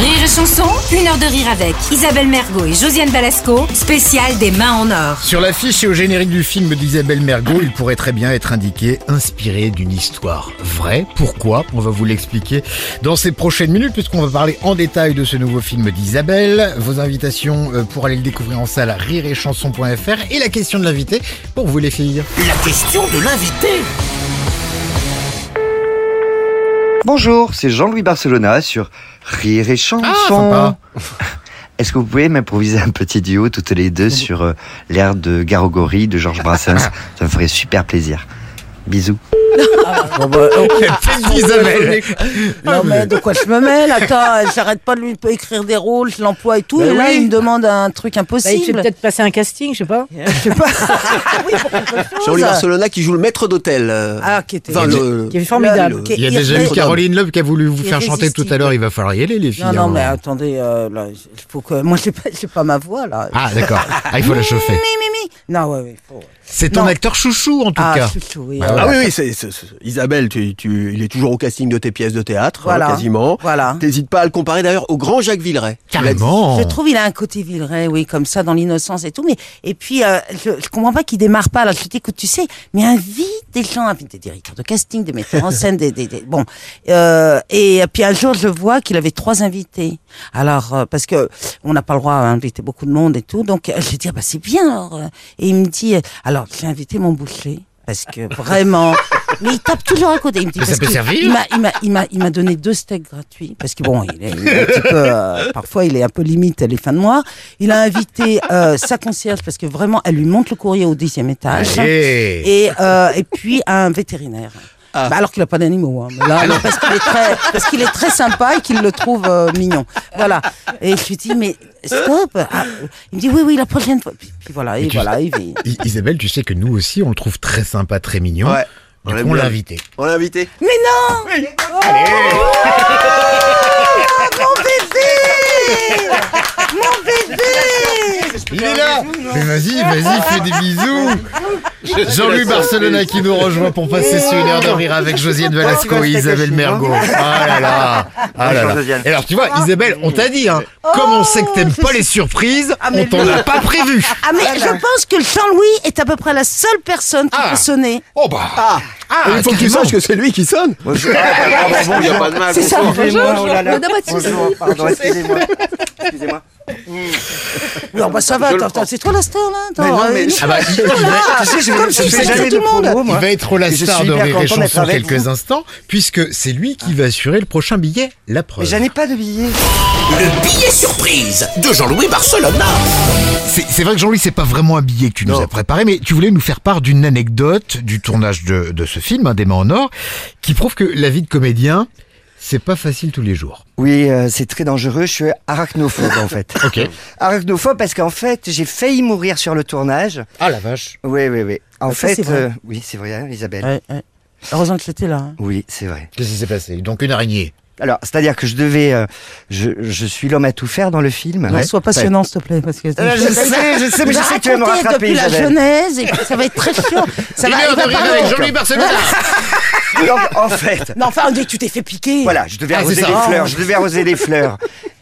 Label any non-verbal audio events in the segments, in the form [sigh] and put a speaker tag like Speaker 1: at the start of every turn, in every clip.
Speaker 1: Rire et chanson, une heure de rire avec Isabelle Mergot et Josiane Balasco, spécial des mains en or.
Speaker 2: Sur l'affiche et au générique du film d'Isabelle Mergot, il pourrait très bien être indiqué inspiré d'une histoire vraie. Pourquoi On va vous l'expliquer dans ces prochaines minutes puisqu'on va parler en détail de ce nouveau film d'Isabelle. Vos invitations euh, pour aller le découvrir en salle à rireetchanson.fr et la question de l'invité pour vous les filles.
Speaker 3: La question de l'invité.
Speaker 4: Bonjour, c'est Jean-Louis Barcelona sur Rire et Chanson.
Speaker 2: sympa.
Speaker 4: [laughs] Est-ce que vous pouvez m'improviser un petit duo toutes les deux sur euh, l'air de Garogori de Georges Brassens Ça me ferait super plaisir. Bisous.
Speaker 5: Bon, bah,
Speaker 2: [laughs]
Speaker 5: oh, ah,
Speaker 2: Faites d'Isabelle
Speaker 5: non mais de quoi je me mêle [laughs] Attends, j'arrête pas de lui écrire des rôles, je l'emploie et tout.
Speaker 6: Bah
Speaker 5: et là,
Speaker 6: oui.
Speaker 5: il me demande un truc
Speaker 6: Bah, il fait
Speaker 5: impossible.
Speaker 6: peut-être passer un casting, je sais pas.
Speaker 5: [laughs]
Speaker 7: Jean-Louis Barcelona qui joue le maître d'hôtel. euh,
Speaker 5: ah, qui était
Speaker 7: enfin, le-
Speaker 6: Qui est formidable.
Speaker 5: qui est
Speaker 2: Il y a déjà eu
Speaker 5: irré-
Speaker 2: Caroline Loeb qui a voulu vous faire chanter tout
Speaker 5: Irrésistible.
Speaker 2: à l'heure. Il va falloir y aller les filles.
Speaker 5: Non,
Speaker 2: hein.
Speaker 5: non, mais attendez, euh, là, il faut que... moi, j'ai pas, j'ai pas ma voix, là.
Speaker 2: Ah d'accord. Ah, il faut la chauffer.
Speaker 5: Mi, mi, mi. Non, ouais, ouais, faut...
Speaker 2: C'est ton
Speaker 5: Non.
Speaker 2: acteur chouchou en tout
Speaker 5: Ah,
Speaker 2: cas.
Speaker 5: chouchou, oui.
Speaker 2: Bah,
Speaker 5: euh,
Speaker 2: voilà.
Speaker 7: Ah oui, oui, c'est, c'est- c'est- Isabelle, tu, tu- il est toujours au casting de tes pièces de théâtre,
Speaker 5: Voilà.
Speaker 7: hein, quasiment.
Speaker 5: Voilà.
Speaker 7: T'hésites pas à le comparer d'ailleurs au grand Jacques Villeray. Tu l'as dit.
Speaker 2: Carrément.
Speaker 5: Je trouve il a un côté villeray, oui, comme ça, dans l'innocence et tout. Mais et puis, euh, je, je comprends pas qu'il démarre pas. Là, je dis, écoute, tu sais, mais invite des gens, invite des directeurs de casting, des metteurs en scène, des, des, des- bon. Euh, et puis un jour, je vois qu'il avait trois invités. Alors, euh, parce que on n'a pas le droit à inviter beaucoup de monde et tout, donc euh, je dis, ah bah c'est bien. Alors. euh. Et il me dit, euh, alors j'ai invité mon boucher. Parce que vraiment,
Speaker 2: [laughs]
Speaker 5: mais il tape toujours à côté. Il me dit
Speaker 2: Mais ça
Speaker 5: parce
Speaker 2: peut
Speaker 5: que
Speaker 2: servir.
Speaker 5: il m'a- Ah, il m'a- il m'a, il m'a donné deux steaks gratuits parce que bon, il est, il est un petit peu, euh, parfois il est un peu limite les fins de mois. Il a invité euh, sa concierge parce que vraiment, elle lui monte le courrier au dixième étage.
Speaker 2: Allez. Ah.
Speaker 5: Et, euh, et puis un vétérinaire. Bah, alors qu'il n'a pas d'animaux, hein. Mais là, non, parce qu'il est très, parce qu'il est très sympa et qu'il le trouve euh, mignon. Voilà. Et je lui dis mais stop. Ah, il me dit oui oui la prochaine fois. Puis, puis voilà et
Speaker 2: tu-
Speaker 5: voilà il vit.
Speaker 2: I- Isabelle, tu sais que nous aussi, on le trouve très sympa, très mignon.
Speaker 7: Ouais. On
Speaker 2: Du coup,
Speaker 7: l'aime
Speaker 2: on
Speaker 7: bien.
Speaker 2: l'a invité.
Speaker 7: On l'a invité.
Speaker 5: Mais non Oh, Mon bébé Mon bébé
Speaker 2: Il est là Mais vas-y, vas-y, fais des bisous Jean-Louis Barcelona qui nous rejoint pour passer sur une heure de rire avec Josiane Velasco et Isabelle Mergot. Ah là là Ah là là Et alors, tu vois, Isabelle, on t'a dit, hein, comme on sait que t'aimes pas les surprises, on t'en a pas prévu
Speaker 5: Ah mais je pense que Jean-Louis est à peu près la seule personne qui
Speaker 2: Ah.
Speaker 5: peut sonner.
Speaker 2: Oh bah
Speaker 7: Ah,
Speaker 2: Ah,
Speaker 7: Et il faut que tu
Speaker 2: carrément.
Speaker 7: saches que c'est lui qui sonne. il a pas
Speaker 8: Ah,
Speaker 7: de mal.
Speaker 8: oh
Speaker 5: Non bah ça va, attends, attends, c'est toi la star là attends, euh,
Speaker 2: Ah bah, il- il va-
Speaker 5: Tu sais,
Speaker 8: Ah,
Speaker 5: je- Comme je si fais c'était jamais tout de le monde. promo,
Speaker 2: Il va être la
Speaker 8: Et hein. je
Speaker 2: star
Speaker 8: suis
Speaker 2: de
Speaker 8: hyper
Speaker 2: Rire et
Speaker 8: content d'être
Speaker 2: Chanson
Speaker 8: avec
Speaker 2: quelques instants, puisque c'est lui qui va assurer le prochain billet, la
Speaker 8: Mais
Speaker 2: preuve.
Speaker 8: j'en ai pas de billets.
Speaker 3: Le billet surprise de Jean-Louis Barcelona.
Speaker 2: C'est c'est vrai que Jean-Louis, c'est pas vraiment un billet que tu nous as préparé, mais tu voulais nous faire part d'une anecdote du tournage de, de ce film, hein, Des mains en or, qui prouve que la vie de comédien, c'est pas facile tous les jours.
Speaker 8: Oui, euh, c'est très dangereux. Je suis arachnophobe en fait.
Speaker 2: Ok.
Speaker 8: Arachnophobe parce qu'en fait, j'ai failli mourir sur le tournage.
Speaker 2: Ah la vache.
Speaker 8: Oui, oui, oui. En
Speaker 5: Ah, Ça,
Speaker 8: fait,
Speaker 5: c'est vrai.
Speaker 8: euh, oui, c'est vrai, hein, Isabelle.
Speaker 5: Ouais, ouais. Heureusement que j'étais là. hein.
Speaker 8: Oui, c'est vrai.
Speaker 2: Qu'est-ce qui s'est passé Donc une araignée.
Speaker 8: Alors, c'est-à-dire que je devais, euh, je, je suis l'homme à tout faire dans le film.
Speaker 5: Non, sois passionnant s'il te plaît parce que
Speaker 8: Ah Euh, je sais, je sais, mais je sais que tu vas me
Speaker 5: Raconter
Speaker 8: rattraper,
Speaker 5: depuis la
Speaker 8: Isabelle.
Speaker 5: genèse et puis ça va être très chiant. Ça
Speaker 2: une
Speaker 5: va, Ah,
Speaker 2: heure
Speaker 5: il
Speaker 2: de
Speaker 5: va
Speaker 2: rire
Speaker 5: pas
Speaker 2: avec
Speaker 5: long.
Speaker 2: Eh Jean-Louis Barcelona
Speaker 8: Donc, en fait,
Speaker 5: Non enfin on dit que tu t'es fait piquer.
Speaker 8: Voilà, je devais
Speaker 2: Ah,
Speaker 8: arroser
Speaker 2: c'est ça.
Speaker 8: les fleurs, je devais arroser les fleurs.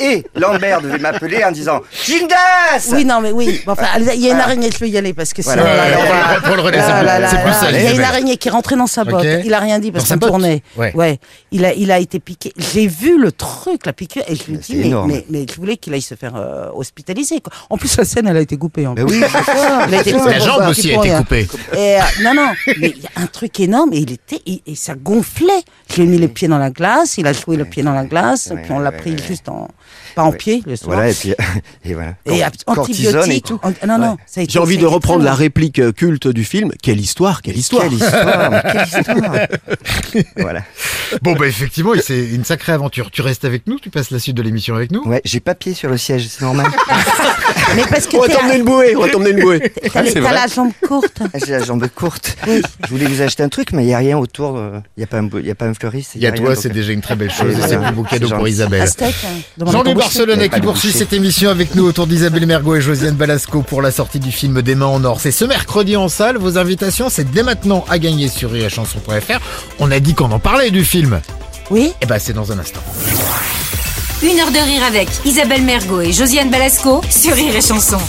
Speaker 8: Et Lambert devait m'appeler en disant Gindas
Speaker 5: Oui, non, mais oui. Bon, Enfin,
Speaker 8: [laughs]
Speaker 5: il y a une
Speaker 8: Voilà.
Speaker 5: araignée, je peux y aller parce que sinon.
Speaker 8: Voilà.
Speaker 5: là,
Speaker 2: Ouais,
Speaker 5: là,
Speaker 2: on
Speaker 5: là,
Speaker 2: va
Speaker 5: là.
Speaker 2: le prendre le relais,
Speaker 5: Là,
Speaker 2: c'est plus-
Speaker 5: Ah là, là,
Speaker 2: c'est plus
Speaker 5: là,
Speaker 2: ça,
Speaker 5: là. Il y a une
Speaker 2: Isabelle.
Speaker 5: araignée qui est rentrée dans sa botte.
Speaker 2: Ok.
Speaker 5: Il a rien dit
Speaker 2: Dans
Speaker 5: parce
Speaker 2: sa
Speaker 5: qu'il
Speaker 2: botte
Speaker 5: tournait.
Speaker 2: Ouais.
Speaker 5: Il a, il a été piqué. J'ai vu le truc, la piqûre, et je lui
Speaker 8: C'est
Speaker 5: dis, mais,
Speaker 8: énorme.
Speaker 5: mais, mais je voulais qu'il aille se faire euh, hospitaliser. Quoi. En plus, la scène, elle a été coupée. En
Speaker 8: Mais
Speaker 5: plus.
Speaker 8: oui, c'est
Speaker 5: [laughs]
Speaker 8: ça.
Speaker 5: Il a été coupé
Speaker 2: La
Speaker 5: pour
Speaker 2: jambe
Speaker 5: ça.
Speaker 2: aussi a
Speaker 5: Pour
Speaker 2: été
Speaker 5: rien.
Speaker 2: coupée.
Speaker 5: Et, euh, non, non, mais il y a un truc énorme et il était, il- et ça gonflait. Je lui ai mis les pieds dans la glace, il a joué le pied dans la glace, et
Speaker 8: ouais,
Speaker 5: puis on l'a
Speaker 8: ouais,
Speaker 5: pris
Speaker 8: ouais.
Speaker 5: juste en, pas en pied le soir.
Speaker 8: Voilà, et puis, [laughs] et voilà.
Speaker 5: Et ab-
Speaker 8: Cor- cortisone et
Speaker 5: antibiotiques.
Speaker 8: tout.
Speaker 5: an- non, non, ça a été-
Speaker 7: J'ai envie
Speaker 5: ça a
Speaker 7: de
Speaker 5: été
Speaker 7: reprendre
Speaker 5: très
Speaker 7: la
Speaker 5: long.
Speaker 7: réplique euh, culte du film. Quelle histoire, quelle histoire.
Speaker 8: Quelle histoire, mais quelle histoire Voilà.
Speaker 2: Bon bah effectivement, c'est une sacrée aventure. Tu restes avec nous, tu passes la suite de l'émission avec nous.
Speaker 8: Ouais, j'ai pas pied sur le siège, c'est normal.
Speaker 5: Mais parce que
Speaker 3: On va
Speaker 5: t'es
Speaker 3: t'emmener
Speaker 5: à-
Speaker 3: une bouée, on va t'emmener une bouée.
Speaker 5: t'as les-
Speaker 9: Ah, c'est
Speaker 5: t'as
Speaker 9: vrai.
Speaker 5: la jambe
Speaker 9: [laughs]
Speaker 5: courte.
Speaker 8: Ah, J'ai la jambe courte. Je voulais vous acheter un truc, mais il n'y a rien autour. euh, Il n'y a, pas un bou- il y a pas un fleuriste.
Speaker 2: Il y a
Speaker 8: rien,
Speaker 2: toi,
Speaker 8: donc- euh,
Speaker 2: c'est déjà une très belle chose
Speaker 8: Et
Speaker 2: et c'est
Speaker 8: voilà,
Speaker 2: un beau
Speaker 8: c'est
Speaker 2: cadeau pour
Speaker 8: gentil.
Speaker 2: Isabelle.
Speaker 5: Aztèque. hein. Demande à
Speaker 2: Jean-Louis
Speaker 5: ton boucher.
Speaker 2: Barcelonais
Speaker 8: Pas
Speaker 2: qui
Speaker 8: de
Speaker 2: poursuit
Speaker 8: boucher.
Speaker 2: cette émission avec nous autour d'Isabelle Mergo et Josiane Balasco pour la sortie du film Des mains en or. C'est ce mercredi en salle. Vos invitations, c'est dès maintenant à gagner sur riachanson.fr. On a dit qu'on en parlait du film.
Speaker 5: Oui.
Speaker 2: Eh ben, c'est dans un instant.
Speaker 1: Une heure de rire avec Isabelle Mergot et Josiane Balasco sur Rire et Chanson.